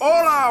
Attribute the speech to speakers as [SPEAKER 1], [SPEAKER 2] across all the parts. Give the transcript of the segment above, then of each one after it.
[SPEAKER 1] Hola,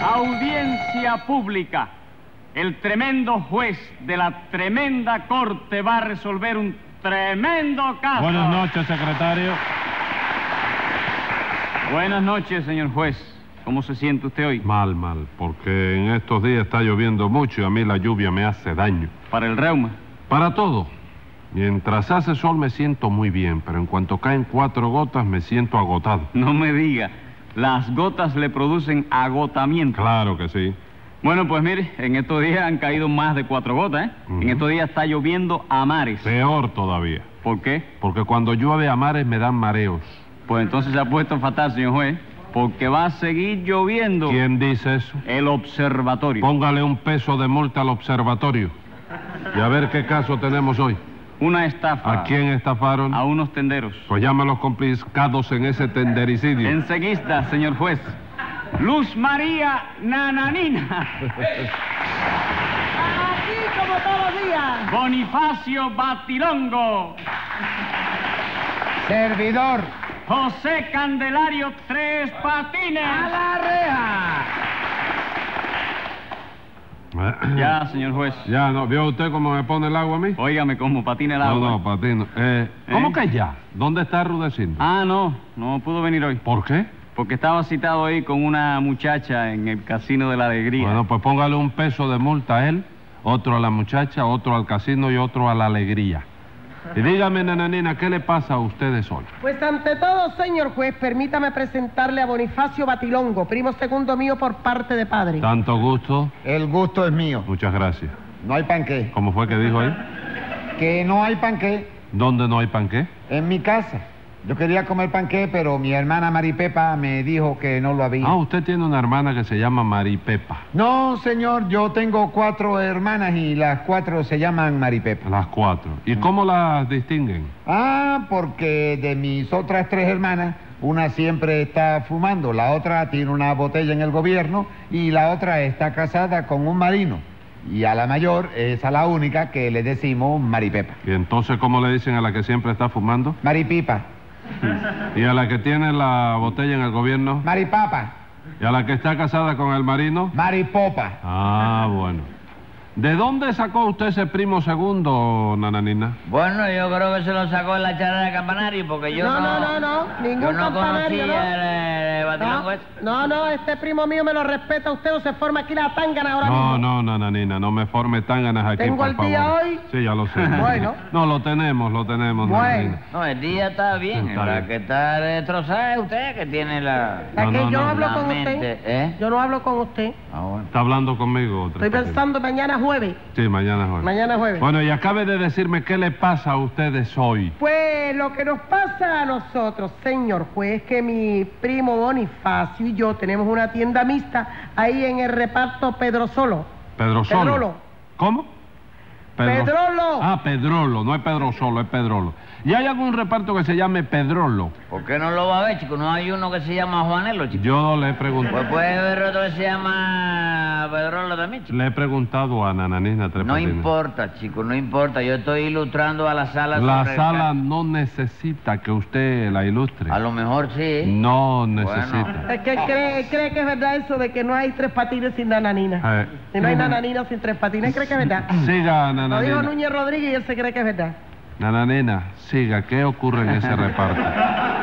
[SPEAKER 2] Audiencia pública. El tremendo juez de la tremenda corte va a resolver un tremendo caso.
[SPEAKER 3] Buenas noches, secretario.
[SPEAKER 2] Buenas noches, señor juez. ¿Cómo se siente usted hoy?
[SPEAKER 3] Mal, mal, porque en estos días está lloviendo mucho y a mí la lluvia me hace daño.
[SPEAKER 2] Para el reuma.
[SPEAKER 3] Para todo. Mientras hace sol me siento muy bien, pero en cuanto caen cuatro gotas me siento agotado.
[SPEAKER 2] No me diga. Las gotas le producen agotamiento.
[SPEAKER 3] Claro que sí.
[SPEAKER 2] Bueno, pues mire, en estos días han caído más de cuatro gotas, ¿eh? En estos días está lloviendo a mares.
[SPEAKER 3] Peor todavía,
[SPEAKER 2] ¿Por qué?
[SPEAKER 3] porque cuando llueve a mares me dan mareos.
[SPEAKER 2] Pues entonces se ha puesto fatal, señor juez, porque va a seguir lloviendo
[SPEAKER 3] ¿Quién dice eso?
[SPEAKER 2] el observatorio.
[SPEAKER 3] Póngale un peso de multa al observatorio. Y a ver qué caso tenemos hoy.
[SPEAKER 2] Una estafa
[SPEAKER 3] ¿A quién estafaron?
[SPEAKER 2] a unos tenderos.
[SPEAKER 3] Pues ya me los complicados en ese tendericidio.
[SPEAKER 2] Enseguida, señor juez. Luz María Nananina.
[SPEAKER 4] Aquí como todos los días.
[SPEAKER 2] Bonifacio Batilongo.
[SPEAKER 4] Servidor.
[SPEAKER 2] José Candelario Tres Patines.
[SPEAKER 4] la reja.
[SPEAKER 3] Ah,
[SPEAKER 2] Ya, señor juez.
[SPEAKER 3] Ya, no, ¿vio usted cómo me pone el agua a mí?
[SPEAKER 2] Óigame cómo patina el
[SPEAKER 3] No,
[SPEAKER 2] agua.
[SPEAKER 3] no, Patino. Eh, ¿Cómo
[SPEAKER 2] ¿Eh?
[SPEAKER 3] que ya? ¿Dónde está Rudecindo?
[SPEAKER 2] Ah, no, no pudo venir hoy.
[SPEAKER 3] ¿Por qué?
[SPEAKER 2] Porque estaba citado ahí con una muchacha en el Casino de la Alegría.
[SPEAKER 3] Bueno, pues póngale un peso de multa a él, otro a la muchacha, otro al casino y otro a la alegría. Y dígame, nananina, ¿qué le pasa a ustedes hoy?
[SPEAKER 4] Pues ante todo, señor juez, permítame presentarle a Bonifacio Batilongo, primo segundo mío por parte de padre.
[SPEAKER 3] Tanto gusto.
[SPEAKER 5] El gusto es mío.
[SPEAKER 3] Muchas gracias.
[SPEAKER 5] No hay panqué.
[SPEAKER 3] ¿Cómo fue que dijo él?
[SPEAKER 5] Que no hay panqué
[SPEAKER 3] ¿Dónde no hay panqué?
[SPEAKER 5] en mi casa. Yo quería comer panqué, pero mi hermana Maripepa me dijo que no lo había.
[SPEAKER 3] Ah, usted tiene una hermana que se llama Maripepa.
[SPEAKER 5] No, señor, yo tengo cuatro hermanas y las cuatro se llaman Maripepa.
[SPEAKER 3] Las cuatro. ¿Y cómo las distinguen?
[SPEAKER 5] Ah, porque de mis otras tres hermanas, una siempre está fumando, la otra tiene una botella en el gobierno y la otra está casada con un marino. Y a la mayor es a la única que le decimos Maripepa.
[SPEAKER 3] ¿Y entonces cómo le dicen a la que siempre está fumando?
[SPEAKER 5] Maripipa,
[SPEAKER 3] ¿Y a la que tiene la botella en el gobierno?
[SPEAKER 5] Maripapa,
[SPEAKER 3] ¿Y a la que está casada con el marino?
[SPEAKER 5] Maripopa.
[SPEAKER 3] Ah, bueno. ¿De dónde sacó usted ese primo segundo, Nananina?
[SPEAKER 6] Bueno, yo creo que se lo sacó en la charla de campanario porque yo
[SPEAKER 4] No,
[SPEAKER 6] no...
[SPEAKER 4] no, no, no, ningún
[SPEAKER 6] Yo no
[SPEAKER 4] campanario,
[SPEAKER 6] conocía
[SPEAKER 4] no.
[SPEAKER 6] el, eh,
[SPEAKER 4] No,
[SPEAKER 6] batilongo ese.
[SPEAKER 4] no, no, este primo mío me lo respeta usted o se forma aquí la tangana ahora
[SPEAKER 3] No,
[SPEAKER 4] mismo.
[SPEAKER 3] no, Nananina, no me forme tanganas aquí,
[SPEAKER 4] ¿Tengo
[SPEAKER 3] por
[SPEAKER 4] el día
[SPEAKER 3] favor.
[SPEAKER 4] hoy?
[SPEAKER 3] Sí, ya lo sé.
[SPEAKER 4] Bueno.
[SPEAKER 3] No, lo tenemos, lo tenemos,
[SPEAKER 4] Bueno.
[SPEAKER 3] Nananina.
[SPEAKER 6] No, el día está bien.
[SPEAKER 3] Está
[SPEAKER 6] la
[SPEAKER 3] bien.
[SPEAKER 6] que eh, está destrozada es usted que tiene la...
[SPEAKER 4] Es
[SPEAKER 3] no,
[SPEAKER 4] que
[SPEAKER 3] no,
[SPEAKER 4] yo
[SPEAKER 3] no,
[SPEAKER 4] hablo
[SPEAKER 6] la
[SPEAKER 4] con usted.
[SPEAKER 6] mente, ¿eh?
[SPEAKER 4] Yo no hablo con usted.
[SPEAKER 6] Ah, bueno.
[SPEAKER 3] Está hablando conmigo. otra
[SPEAKER 4] Estoy
[SPEAKER 3] vez.
[SPEAKER 4] pensando mañana jueves.
[SPEAKER 3] Sí, mañana jueves.
[SPEAKER 4] Mañana jueves.
[SPEAKER 3] Bueno, y acabe de decirme qué le pasa a ustedes hoy.
[SPEAKER 4] Pues lo que nos pasa a nosotros, señor juez, que mi primo Bonifacio y yo tenemos una tienda mixta ahí en el reparto Pedro Solo.
[SPEAKER 3] Pedro Solo.
[SPEAKER 4] Pedrolo.
[SPEAKER 3] ¿Cómo?
[SPEAKER 4] Pedrolo.
[SPEAKER 3] Ah, Pedrolo, no es Pedro Solo, es Pedrolo. ¿Y hay algún reparto que se llame Pedrolo?
[SPEAKER 6] ¿Por qué no lo va a ver, chico? No hay uno que se llama Juanelo, chico.
[SPEAKER 3] Yo no le he preguntado.
[SPEAKER 6] Pues puede haber otro que se llama Pedrolo también, chico.
[SPEAKER 3] Le he preguntado a Nananina Tres
[SPEAKER 6] No
[SPEAKER 3] Patines.
[SPEAKER 6] importa, chico, no importa. Yo estoy ilustrando a la sala.
[SPEAKER 3] La
[SPEAKER 6] sobre el
[SPEAKER 3] sala
[SPEAKER 6] caso.
[SPEAKER 3] no necesita que usted la ilustre.
[SPEAKER 6] A lo mejor
[SPEAKER 3] Mm.
[SPEAKER 6] sí.
[SPEAKER 3] No necesita.
[SPEAKER 4] Es que él cree, él cree que es verdad eso de que no hay tres patines sin nananina.
[SPEAKER 3] Eh,
[SPEAKER 4] Si no hay nananina sin tres patines, él cree que es verdad.
[SPEAKER 3] siga,
[SPEAKER 4] Lo dijo
[SPEAKER 3] Nananina.
[SPEAKER 4] Núñez Rodríguez y él se cree que es verdad.
[SPEAKER 3] Nananina, siga. ¿Qué ocurre en ese reparto?
[SPEAKER 7] A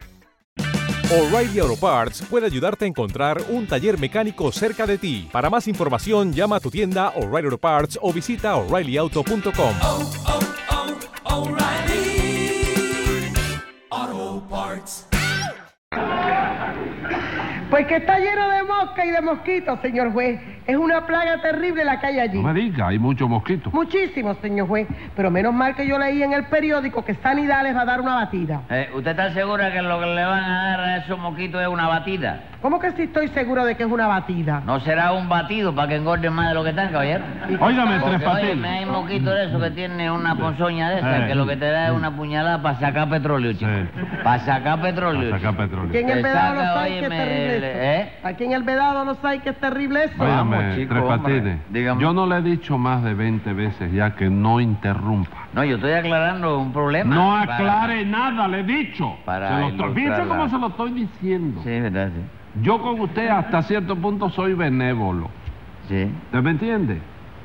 [SPEAKER 8] O'Reilly Auto Parts puede ayudarte a encontrar un taller mecánico cerca de ti. Para más información, llama a tu tienda O'Reilly Auto Parts o visita oreillyauto.com.
[SPEAKER 9] Pues que está lleno de mosca y de mosquitos, señor juez. Es una plaga terrible la que hay allí.
[SPEAKER 3] No me diga, hay muchos mosquitos.
[SPEAKER 9] Muchísimos, señor juez. Pero menos mal que yo leí en el periódico que Sanidad les va a dar una batida.
[SPEAKER 2] Eh, ¿Usted está segura que lo que le van a dar a esos mosquitos es una batida?
[SPEAKER 9] ¿Cómo que si estoy seguro de que es una batida?
[SPEAKER 2] No será un batido para que engorden más de lo que están, caballero.
[SPEAKER 3] Óigame,
[SPEAKER 2] Porque,
[SPEAKER 3] Tres Patines.
[SPEAKER 2] óyeme, hay mosquitos de esos que tienen una ponzoña de esas,
[SPEAKER 3] Eh.
[SPEAKER 2] que lo que te da es una puñalada para sacar petróleo, chico. Para sacar petróleo.
[SPEAKER 3] Para sacar petróleo.
[SPEAKER 2] Te
[SPEAKER 9] Aquí en el Vedado
[SPEAKER 2] saca,
[SPEAKER 9] los hay que es
[SPEAKER 2] óyeme,
[SPEAKER 9] terrible
[SPEAKER 2] el-
[SPEAKER 9] eso.
[SPEAKER 2] ¿eh?
[SPEAKER 9] Aquí en el Vedado los hay que es terrible eso.
[SPEAKER 3] Óigame,
[SPEAKER 2] chico,
[SPEAKER 3] Tres
[SPEAKER 2] hombre.
[SPEAKER 3] Patines. Yo no le he dicho más de 20 veces ya que no interrumpa.
[SPEAKER 2] No, yo estoy aclarando un problema.
[SPEAKER 3] No
[SPEAKER 2] Para-
[SPEAKER 3] aclare nada, le he dicho.
[SPEAKER 2] Para
[SPEAKER 3] se lo
[SPEAKER 2] ilustrar
[SPEAKER 3] estoy- Fíjese
[SPEAKER 2] la-
[SPEAKER 3] cómo se lo estoy diciendo.
[SPEAKER 2] Sí, verdad, sí.
[SPEAKER 3] Yo con usted hasta cierto punto soy benévolo.
[SPEAKER 2] Sí.
[SPEAKER 3] ¿Usted me entiende?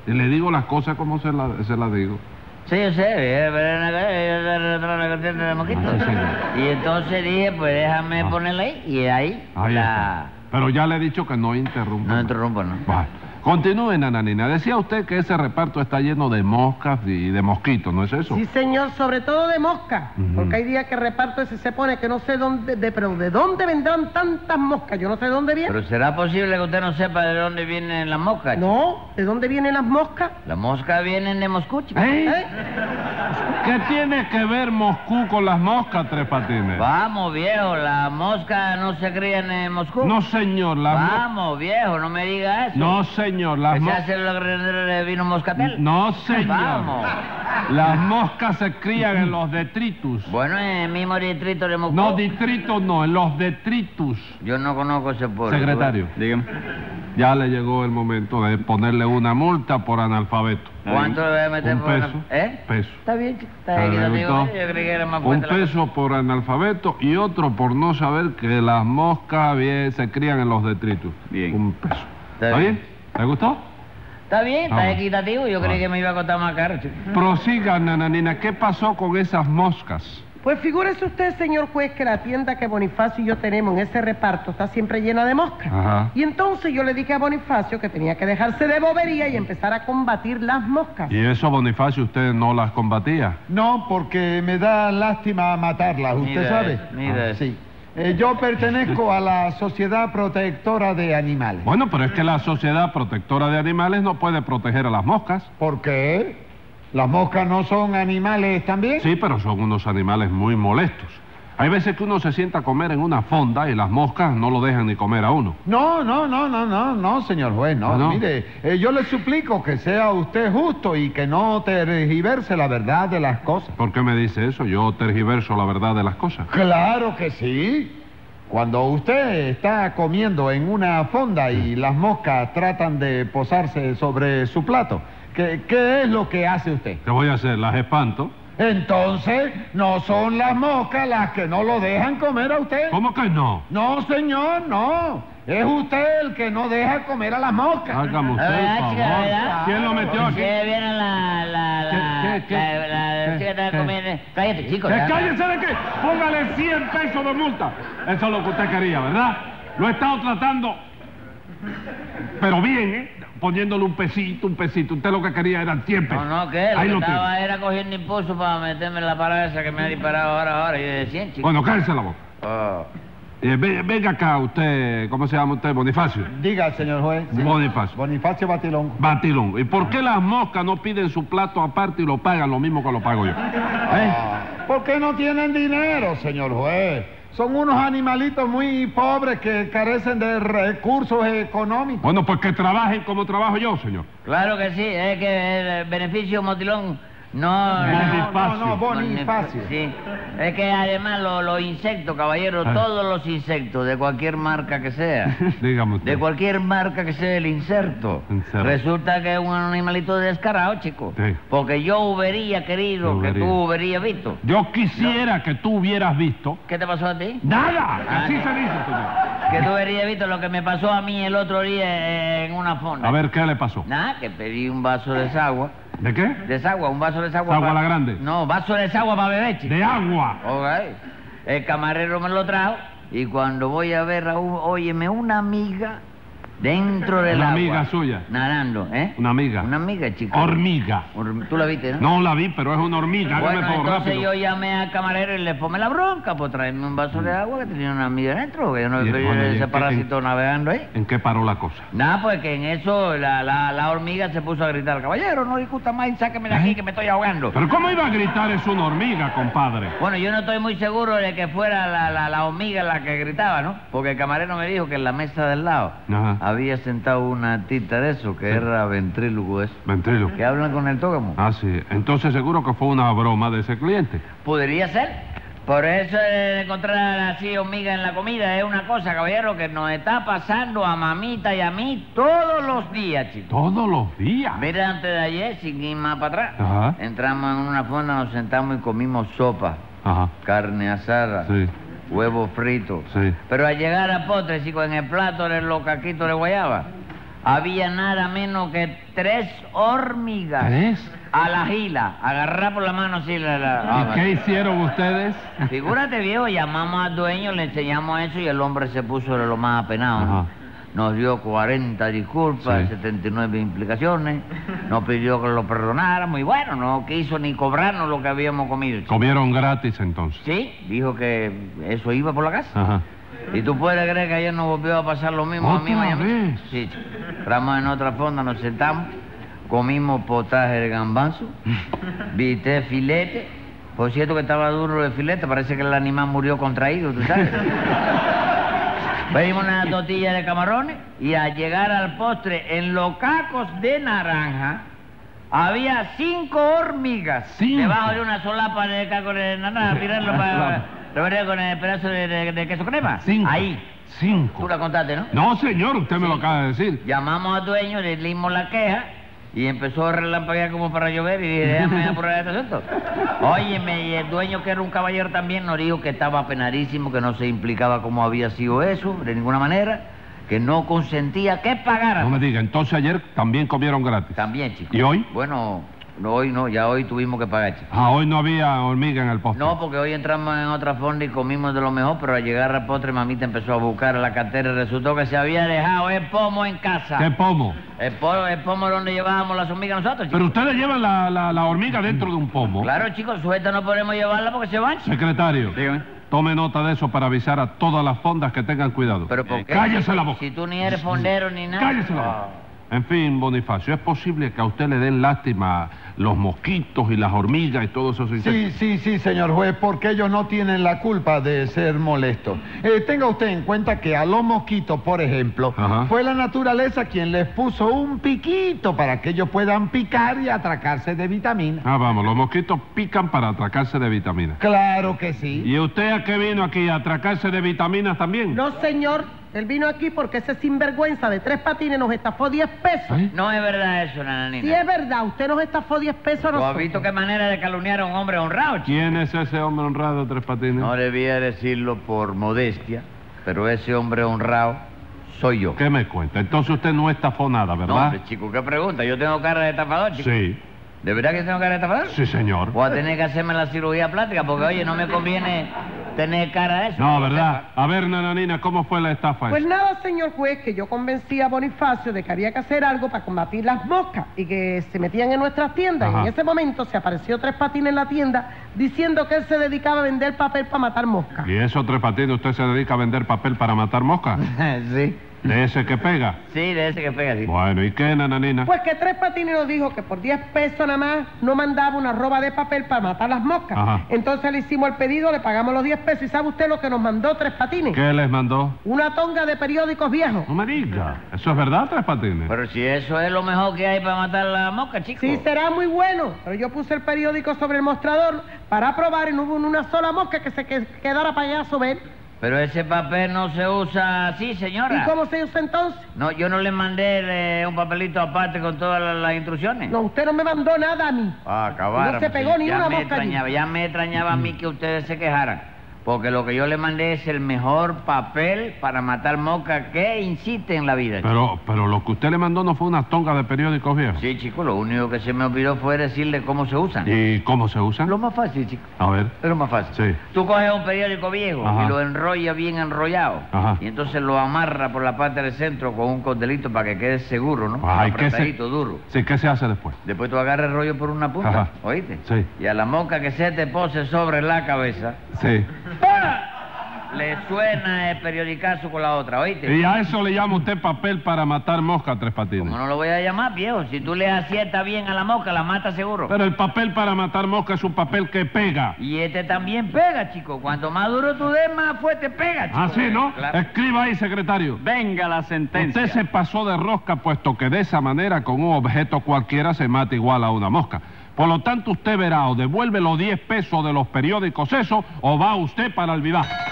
[SPEAKER 3] Y le digo las cosas como se las se las digo.
[SPEAKER 2] Sí, yo sé, eh, pero en la calle, yo era otra la canción de mosquitos.
[SPEAKER 3] Ah, sí, señor.
[SPEAKER 2] Y entonces dije, pues déjame
[SPEAKER 3] Ah.
[SPEAKER 2] ponerla ahí, y ahí,
[SPEAKER 3] Ahí
[SPEAKER 2] la...
[SPEAKER 3] está. Pero ya le he dicho que no interrumpa.
[SPEAKER 2] No interrumpo, ¿no?
[SPEAKER 3] Vale. Continúe, nananina. Decía usted que ese reparto está lleno de moscas y de mosquitos, ¿no es eso?
[SPEAKER 9] Sí, señor, sobre todo de mosca.
[SPEAKER 3] Ujú.
[SPEAKER 9] Porque hay días que reparto ese se pone que no sé dónde, de, pero de dónde vendrán tantas moscas. Yo no sé dónde vienen.
[SPEAKER 2] Pero ¿será posible que usted no sepa de dónde vienen las moscas? chico?
[SPEAKER 9] No, ¿de dónde vienen las moscas?
[SPEAKER 2] Las moscas vienen de Moscú, chico.
[SPEAKER 3] ¿Eh?
[SPEAKER 9] ¿Eh?
[SPEAKER 3] ¿Qué tiene que ver Moscú con las moscas, Tres Patines?
[SPEAKER 2] Vamos, viejo, las moscas no se crían en eh, Moscú.
[SPEAKER 3] No, señor, las mo-
[SPEAKER 2] Vamos, viejo, no me diga eso.
[SPEAKER 3] No, señor, las
[SPEAKER 2] ¿Que se
[SPEAKER 3] moscas...
[SPEAKER 2] hace lo que de vino moscatel?
[SPEAKER 3] No, señor.
[SPEAKER 2] Vamos.
[SPEAKER 3] Las moscas se crían en los detritus.
[SPEAKER 2] Bueno, en el mismo distrito de Moscú.
[SPEAKER 3] No, detritus no, en los detritus.
[SPEAKER 2] Yo no conozco ese pueblo.
[SPEAKER 3] Secretario,
[SPEAKER 10] Dígame.
[SPEAKER 3] ya le llegó el momento de ponerle una multa por analfabeto.
[SPEAKER 2] ¿Cuánto le voy a meter
[SPEAKER 3] ¿eh? Un
[SPEAKER 2] por
[SPEAKER 3] peso.
[SPEAKER 2] una- ¿Eh?
[SPEAKER 3] Peso.
[SPEAKER 2] Está bien, chico, está
[SPEAKER 3] ¿Sabe,
[SPEAKER 2] bien. Yo, te digo,
[SPEAKER 3] Gustavo?
[SPEAKER 2] eh, yo creí que era más
[SPEAKER 3] Un
[SPEAKER 2] fuerte la cosa.
[SPEAKER 3] peso por analfabeto y otro por no saber que las moscas bien, se crían en los detritus. Bien. Un peso.
[SPEAKER 2] Está
[SPEAKER 3] ¿Está
[SPEAKER 2] bien.
[SPEAKER 3] bien? ¿Le gustó?
[SPEAKER 2] Está bien, está
[SPEAKER 3] Vamos.
[SPEAKER 2] equitativo. Yo creí que me iba a costar más caro, chico.
[SPEAKER 3] Prosiga, nananina. ¿Qué pasó con esas moscas?
[SPEAKER 9] Pues figúrese usted, señor juez, que la tienda que Bonifacio y yo tenemos en ese reparto está siempre llena de moscas.
[SPEAKER 3] Ajá.
[SPEAKER 9] Y entonces yo le dije a Bonifacio que tenía que dejarse de bobería y empezar a combatir las moscas.
[SPEAKER 3] ¿Y eso, Bonifacio, usted no las combatía?
[SPEAKER 6] No, porque me da lástima matarlas, usted
[SPEAKER 2] Mira,
[SPEAKER 6] sabe.
[SPEAKER 2] mira.
[SPEAKER 6] Sí. Eh, yo pertenezco a la Sociedad Protectora de Animales.
[SPEAKER 3] Bueno, pero es que la Sociedad Protectora de Animales no puede proteger a las moscas.
[SPEAKER 6] ¿Por qué? ¿Las moscas no son animales también?
[SPEAKER 3] Sí, pero son unos animales muy molestos. Hay veces que uno se sienta a comer en una fonda y las moscas no lo dejan ni comer a uno.
[SPEAKER 6] No, no, no, no, no, no, señor juez, no.
[SPEAKER 3] Ah, ¿no?
[SPEAKER 6] Mire, eh, yo le suplico que sea usted justo y que no tergiverse la verdad de las cosas.
[SPEAKER 3] ¿Por qué me dice eso? Yo tergiverso la verdad de las cosas.
[SPEAKER 6] Claro que sí. Cuando usted está comiendo en una fonda
[SPEAKER 3] Mm.
[SPEAKER 6] y las moscas tratan de posarse sobre su plato, ¿qué, qué es lo que hace usted?
[SPEAKER 3] ¿Qué voy a hacer? Las espanto.
[SPEAKER 6] Entonces, no son las moscas las que no lo dejan comer a usted.
[SPEAKER 3] ¿Cómo que no?
[SPEAKER 6] No, señor, no. Es usted el que no deja comer a las moscas.
[SPEAKER 3] Hágame usted
[SPEAKER 2] La
[SPEAKER 6] Ah,
[SPEAKER 3] el
[SPEAKER 2] verdad, chica, la verdad.
[SPEAKER 3] favor. ¿Quién lo metió aquí?
[SPEAKER 2] Que Eh, viene la... la... la...
[SPEAKER 3] ¿Qué, qué,
[SPEAKER 2] la...
[SPEAKER 3] qué?
[SPEAKER 2] la- la chica que está
[SPEAKER 3] ¿Qué?
[SPEAKER 2] comiendo... Cállate, chico.
[SPEAKER 3] ¡Eh,
[SPEAKER 2] ya.
[SPEAKER 3] ¡Cállese de qué! ¡Póngale 100 pesos de multa! Eso es lo que usted quería, ¿verdad? Lo he estado tratando, pero bien, ¿eh? Poniéndole un pesito, un pesito. Usted lo que quería eran 100
[SPEAKER 2] No,
[SPEAKER 3] pesos.
[SPEAKER 2] no, que lo
[SPEAKER 3] Ahí
[SPEAKER 2] que
[SPEAKER 3] lo
[SPEAKER 2] estaba
[SPEAKER 3] tiene.
[SPEAKER 2] era cogiendo impulso para meterme en la parada esa que me ha disparado ahora, ahora. Yo de 100, chico.
[SPEAKER 3] Bueno, cállese la boca.
[SPEAKER 2] Ah.
[SPEAKER 3] Eh, ve- venga acá, usted, ¿cómo se llama usted? Bonifacio.
[SPEAKER 6] Diga, señor juez. sí.
[SPEAKER 3] Bonifacio.
[SPEAKER 6] Bonifacio Batilón.
[SPEAKER 3] Batilón. ¿Y por qué las moscas no piden su plato aparte y lo pagan lo mismo que lo pago yo?
[SPEAKER 2] Ah.
[SPEAKER 3] ¿Eh?
[SPEAKER 6] ¿Por qué no tienen dinero, señor juez? Son unos animalitos muy pobres que carecen de recursos económicos.
[SPEAKER 3] Bueno, pues que trabajen como trabajo yo, señor.
[SPEAKER 2] Claro que sí, es que el beneficio motilón
[SPEAKER 6] No, no,
[SPEAKER 5] Bonifacio. no, no, Bonifacio.
[SPEAKER 6] Sí. Es que además lo- los insectos, caballero,
[SPEAKER 3] Ah.
[SPEAKER 6] todos los insectos, de cualquier marca que sea,
[SPEAKER 3] Dígame usted.
[SPEAKER 6] de cualquier marca que sea el inserto,
[SPEAKER 3] Inserto.
[SPEAKER 6] resulta que es un animalito descarado, chico.
[SPEAKER 3] Sí.
[SPEAKER 6] Porque yo hubiera querido
[SPEAKER 3] Yo
[SPEAKER 6] que
[SPEAKER 3] hubiera.
[SPEAKER 6] tú hubieras visto.
[SPEAKER 3] Yo quisiera que tú hubieras visto.
[SPEAKER 6] ¿Qué te pasó a ti?
[SPEAKER 3] ¡Nada!
[SPEAKER 6] Ah,
[SPEAKER 3] Así
[SPEAKER 6] que-
[SPEAKER 3] se dice, señor.
[SPEAKER 6] Que tú hubieras visto lo que me pasó a mí el otro día eh, en una fonda.
[SPEAKER 3] A ver, ¿qué le pasó?
[SPEAKER 6] Nada, que pedí un vaso de desagua.
[SPEAKER 3] ¿De qué?
[SPEAKER 6] Desagua, un vaso de desagua.
[SPEAKER 3] ¿Agua
[SPEAKER 6] pa-
[SPEAKER 3] la grande?
[SPEAKER 6] No, vaso de desagua para beber, chico.
[SPEAKER 3] ¡De agua!
[SPEAKER 6] Ok. El camarero me lo trajo y cuando voy a ver a un, óyeme, una amiga dentro del
[SPEAKER 3] Una
[SPEAKER 6] agua.
[SPEAKER 3] amiga suya.
[SPEAKER 6] Nadando, ¿eh?
[SPEAKER 3] Una amiga.
[SPEAKER 6] Una amiga, chico.
[SPEAKER 3] Hormiga.
[SPEAKER 6] Horm- ¿Tú la viste, no?
[SPEAKER 3] No la vi, pero es una hormiga. Hágame
[SPEAKER 6] Bueno,
[SPEAKER 3] por
[SPEAKER 6] entonces
[SPEAKER 3] rápido.
[SPEAKER 6] yo llamé al camarero y le fomé la bronca por traerme un vaso de agua que tenía una amiga dentro. Que yo no
[SPEAKER 3] Y,
[SPEAKER 6] veía
[SPEAKER 3] bueno, ¿y en
[SPEAKER 6] ese
[SPEAKER 3] qué-
[SPEAKER 6] parásito navegando ahí.
[SPEAKER 3] ¿En qué paró la cosa?
[SPEAKER 6] Nada, pues que en eso la, la, la hormiga se puso a gritar, caballero, no discuta más y sáqueme de aquí que me estoy ahogando.
[SPEAKER 3] ¿Pero cómo iba a gritar es una hormiga, compadre?
[SPEAKER 6] Bueno, yo no estoy muy seguro de que fuera la, la, la hormiga la que gritaba, ¿no? Porque el camarero me dijo que en la mesa del lado
[SPEAKER 3] Ajá.
[SPEAKER 6] había sentado una tita de eso, que era ventrílogo eso.
[SPEAKER 3] Ventrilo.
[SPEAKER 6] Que hablan con el tógamo.
[SPEAKER 3] Ah, sí. Entonces seguro que fue una broma de ese cliente.
[SPEAKER 6] Podría ser. Por eso eh, encontrar así hormiga en la comida es una cosa, caballero, que nos está pasando a mamita y a mí todos los días, chicos.
[SPEAKER 3] Todos los días.
[SPEAKER 6] Mira, antes de ayer, sin ir más para atrás,
[SPEAKER 3] Ajá.
[SPEAKER 6] entramos en una fonda, nos sentamos y comimos sopa,
[SPEAKER 3] Ajá.
[SPEAKER 6] carne asada,
[SPEAKER 3] Sí.
[SPEAKER 6] huevos fritos.
[SPEAKER 3] Sí.
[SPEAKER 6] Pero al llegar a postre, chico, en el plato de los caquitos de guayaba, había nada menos que tres hormigas.
[SPEAKER 3] ¿Tres?
[SPEAKER 6] A la gila, agarrar por la mano así la... la-
[SPEAKER 3] ¿Y qué hicieron ustedes?
[SPEAKER 6] Figúrate, viejo, llamamos al dueño, le enseñamos eso y el hombre se puso de lo más apenado. ¿no?
[SPEAKER 3] Ajá.
[SPEAKER 6] Nos dio 40 disculpas,
[SPEAKER 3] Sí.
[SPEAKER 6] 79 implicaciones, nos pidió que lo perdonáramos y bueno, no quiso ni cobrarnos lo que habíamos comido. chico.
[SPEAKER 3] Comieron gratis entonces.
[SPEAKER 6] Sí, dijo que eso iba por la casa.
[SPEAKER 3] Ajá.
[SPEAKER 6] Y tú puedes creer que ayer nos volvió a pasar lo mismo a mí
[SPEAKER 3] ¿Otra
[SPEAKER 6] Miami.
[SPEAKER 3] vez?
[SPEAKER 6] Sí, chico. entramos en otra fonda, nos sentamos, comimos potaje de gambazo, viste filete. Por cierto que estaba duro el filete, parece que el animal murió contraído, ¿tú sabes? Pedimos una tortilla de camarones y al llegar al postre, en los cacos de naranja, había cinco hormigas
[SPEAKER 3] Cinco.
[SPEAKER 6] debajo de una solapa de cacos de naranja, tirarlo para... Lo vería con el pedazo de, de- de queso crema.
[SPEAKER 3] Cinco.
[SPEAKER 6] Ahí. Tú
[SPEAKER 3] Cinco.
[SPEAKER 6] la contaste, ¿no?
[SPEAKER 3] No, señor, usted me lo acaba de decir.
[SPEAKER 6] Llamamos al dueño, le dimos la queja y empezó a relampaguear como para llover y dije, déjame apurar este asunto. Óyeme, y el dueño que era un caballero también nos dijo que estaba apenadísimo, que no se implicaba cómo había sido eso, de ninguna manera, que no consentía que pagara.
[SPEAKER 3] No me diga, entonces ayer también comieron gratis.
[SPEAKER 6] También, chico.
[SPEAKER 3] ¿Y hoy?
[SPEAKER 6] Bueno, no, hoy no, ya hoy tuvimos que pagar, chico.
[SPEAKER 3] Ah, hoy no había hormiga en el postre.
[SPEAKER 6] No, porque hoy entramos en otra fonda y comimos de lo mejor, pero al llegar al postre mamita empezó a buscar la cartera y resultó que se había dejado el pomo en casa.
[SPEAKER 3] ¿Qué pomo?
[SPEAKER 6] El, po- el pomo donde llevábamos las hormigas nosotros,
[SPEAKER 3] Pero
[SPEAKER 6] chicos.
[SPEAKER 3] ustedes llevan la, la- la hormiga dentro de un pomo.
[SPEAKER 6] Claro, chicos, suelta no podemos llevarla porque se van. chicos.
[SPEAKER 3] Secretario, tome nota de eso para avisar a todas las fondas que tengan cuidado. Eh,
[SPEAKER 6] Pero ¿por qué?
[SPEAKER 3] Cállese la boca.
[SPEAKER 6] Si tú ni eres fondero ni nada.
[SPEAKER 3] Cállese la boca. En fin, Bonifacio, es posible que a usted le den lástima los mosquitos y las hormigas y todos esos
[SPEAKER 5] Sí,
[SPEAKER 3] insectos.
[SPEAKER 5] sí, sí, señor juez, porque ellos no tienen la culpa de ser molestos. Eh, tenga usted en cuenta que a los mosquitos, por ejemplo,
[SPEAKER 3] Ajá.
[SPEAKER 5] fue la naturaleza quien les puso un piquito para que ellos puedan picar y atracarse de vitamina.
[SPEAKER 3] Ah, vamos, los mosquitos pican para atracarse de vitaminas.
[SPEAKER 5] Claro que sí.
[SPEAKER 3] ¿Y usted a qué vino aquí? ¿A atracarse de vitaminas también?
[SPEAKER 4] No, señor, él vino aquí porque ese sinvergüenza de tres patines nos estafó 10 pesos.
[SPEAKER 3] ¿Eh?
[SPEAKER 6] No es verdad eso, nananina.
[SPEAKER 4] Si es verdad, usted nos estafó 10 pesos a
[SPEAKER 6] ¿Tú has
[SPEAKER 4] nosotros.
[SPEAKER 6] visto qué manera de calumniar a un hombre honrado, chico?
[SPEAKER 3] ¿Quién es ese hombre honrado, Tres Patines?
[SPEAKER 6] No debía decirlo por modestia, pero ese hombre honrado soy yo.
[SPEAKER 3] ¿Qué me cuenta? Entonces usted no estafó nada,
[SPEAKER 6] No,
[SPEAKER 3] ¿verdad?
[SPEAKER 6] hombre, chico, ¿qué pregunta? Yo tengo cara de estafador, chico.
[SPEAKER 3] sí,
[SPEAKER 6] ¿De verdad que tengo cara de estafador?
[SPEAKER 3] sí, señor.
[SPEAKER 6] Voy a tener que hacerme la cirugía plástica porque, oye, no me conviene tener cara de eso.
[SPEAKER 3] No, ¿verdad? A ver, nananina, ¿cómo fue la estafa?
[SPEAKER 4] Pues
[SPEAKER 3] esa?
[SPEAKER 4] nada, señor juez, que yo convencí a Bonifacio de que había que hacer algo para combatir las moscas y que se metían en nuestras tiendas.
[SPEAKER 3] Ajá.
[SPEAKER 4] En ese momento se apareció Tres Patines en la tienda diciendo que él se dedicaba a vender papel para matar moscas.
[SPEAKER 3] ¿Y eso, Tres Patines, usted se dedica a vender papel para matar moscas?
[SPEAKER 6] sí.
[SPEAKER 3] ¿De ese que pega?
[SPEAKER 6] Sí, de ese que pega, sí.
[SPEAKER 3] Bueno, ¿y qué, nananina?
[SPEAKER 4] Pues que Tres Patines nos dijo que por 10 pesos nada más no mandaba una roba de papel para matar las moscas.
[SPEAKER 3] Ajá.
[SPEAKER 4] Entonces le hicimos el pedido, le pagamos los 10 pesos y ¿sabe usted lo que nos mandó Tres Patines?
[SPEAKER 3] ¿Qué les mandó?
[SPEAKER 4] Una tonga de periódicos viejos.
[SPEAKER 3] No me diga. ¿Eso es verdad, Tres Patines?
[SPEAKER 6] Pero si eso es lo mejor que hay para matar la mosca, chico.
[SPEAKER 4] Sí, será muy bueno, pero yo puse el periódico sobre el mostrador para probar y no hubo ni una sola mosca que se que- quedara para allá sobre él.
[SPEAKER 6] Pero ese papel no se usa así, señora.
[SPEAKER 4] ¿Y cómo se usa entonces?
[SPEAKER 6] No, yo no le mandé eh, un papelito aparte con todas la- las, instrucciones.
[SPEAKER 4] No, usted no me mandó nada a mí.
[SPEAKER 6] Ah, acabaron.
[SPEAKER 4] No se pegó ni
[SPEAKER 6] ya
[SPEAKER 4] una
[SPEAKER 6] me
[SPEAKER 4] mosca allí.
[SPEAKER 6] extrañaba, Ya me extrañaba a mí que ustedes se quejaran. Porque lo que yo le mandé es el mejor papel para matar mosca que insiste en la vida. chico.
[SPEAKER 3] Pero, pero lo que usted le mandó no fue una tonga de periódicos viejos.
[SPEAKER 6] Sí, chico, lo único que se me olvidó fue decirle cómo se usan.
[SPEAKER 3] ¿Y cómo se usan?
[SPEAKER 6] Lo más fácil, chico.
[SPEAKER 3] A ver.
[SPEAKER 6] Es lo más fácil.
[SPEAKER 3] Sí.
[SPEAKER 6] Tú coges un periódico viejo
[SPEAKER 3] Ajá.
[SPEAKER 6] y lo enrolla bien enrollado.
[SPEAKER 3] Ajá.
[SPEAKER 6] Y entonces lo amarra por la parte del centro con un cordelito para que quede seguro, ¿no?
[SPEAKER 3] Ay, ¿qué se-
[SPEAKER 6] Apretadito, duro.
[SPEAKER 3] Sí, ¿qué se hace después?
[SPEAKER 6] Después tú agarras el rollo por una punta,
[SPEAKER 3] Ajá.
[SPEAKER 6] ¿oíste?
[SPEAKER 3] Sí.
[SPEAKER 6] Y a la mosca que se te pose sobre la cabeza,
[SPEAKER 3] Sí.
[SPEAKER 6] ¡pa! le suena el periodicazo con la otra, ¿oíste?
[SPEAKER 3] ¿Y a eso le llama usted papel para matar mosca, Tres Patines?
[SPEAKER 6] No lo voy a llamar, viejo. Si tú le aciertas bien a la mosca, la mata seguro.
[SPEAKER 3] Pero el papel para matar mosca es un papel que pega.
[SPEAKER 6] Y este también pega, chico. Cuanto más duro tú des, más fuerte pega, chico.
[SPEAKER 3] Ah, sí, ¿no?
[SPEAKER 6] Claro.
[SPEAKER 3] Escriba ahí, secretario.
[SPEAKER 2] Venga la sentencia.
[SPEAKER 3] Usted se pasó de rosca, puesto que de esa manera con un objeto cualquiera se mata igual a una mosca. Por lo tanto, usted verá o devuelve los 10 pesos de los periódicos eso o va usted para el vivaje.